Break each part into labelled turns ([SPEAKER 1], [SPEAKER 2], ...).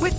[SPEAKER 1] With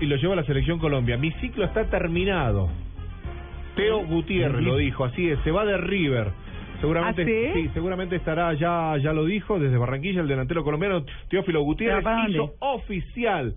[SPEAKER 2] y lo llevo a la selección Colombia. Mi ciclo está terminado. Teo Gutiérrez lo dijo, así es, se va de River. Seguramente,
[SPEAKER 3] ¿Ah, sí?
[SPEAKER 2] seguramente estará ya, ya lo dijo desde Barranquilla el delantero colombiano Teófilo Gutiérrez
[SPEAKER 3] ¿Pero para dónde?
[SPEAKER 2] hizo oficial.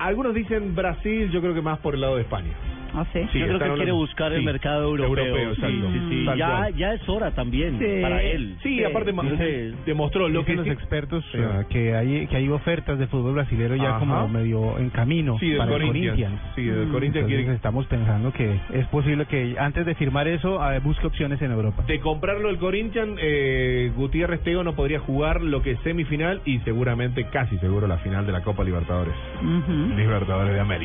[SPEAKER 2] Algunos dicen Brasil, yo creo que más por el lado de España.
[SPEAKER 3] No sé.
[SPEAKER 2] Sí,
[SPEAKER 4] Yo creo
[SPEAKER 2] están
[SPEAKER 4] que quiere
[SPEAKER 2] hablando-
[SPEAKER 4] buscar el
[SPEAKER 2] sí,
[SPEAKER 4] mercado europeo.
[SPEAKER 2] europeo,
[SPEAKER 4] sí,
[SPEAKER 2] exacto,
[SPEAKER 4] sí, sí.
[SPEAKER 2] tal
[SPEAKER 4] Ya,
[SPEAKER 2] cual.
[SPEAKER 4] ya es hora también
[SPEAKER 3] Sí.
[SPEAKER 4] para él.
[SPEAKER 2] este Sí,
[SPEAKER 3] Sí,
[SPEAKER 2] aparte ma-
[SPEAKER 4] dice-
[SPEAKER 2] demostró lo que
[SPEAKER 5] Dicen los
[SPEAKER 2] sí-
[SPEAKER 5] expertos
[SPEAKER 2] Sí.
[SPEAKER 5] eh, que hay que hay ofertas de fútbol brasilero ya
[SPEAKER 2] Ajá.
[SPEAKER 5] como medio en camino
[SPEAKER 2] Sí, del
[SPEAKER 5] para
[SPEAKER 2] Corinthians.
[SPEAKER 5] el Corinthians.
[SPEAKER 2] Sí, del
[SPEAKER 5] Mm.
[SPEAKER 2] Corinthians
[SPEAKER 5] Entonces
[SPEAKER 2] quiere-
[SPEAKER 5] estamos pensando que es posible que antes de firmar eso eh, busque opciones en Europa.
[SPEAKER 2] De comprarlo el Corinthians, eh, Gutiérrez Teo no podría jugar lo que es semifinal y seguramente, casi seguro, la final de la Copa Libertadores.
[SPEAKER 3] Ujú.
[SPEAKER 2] Libertadores de América.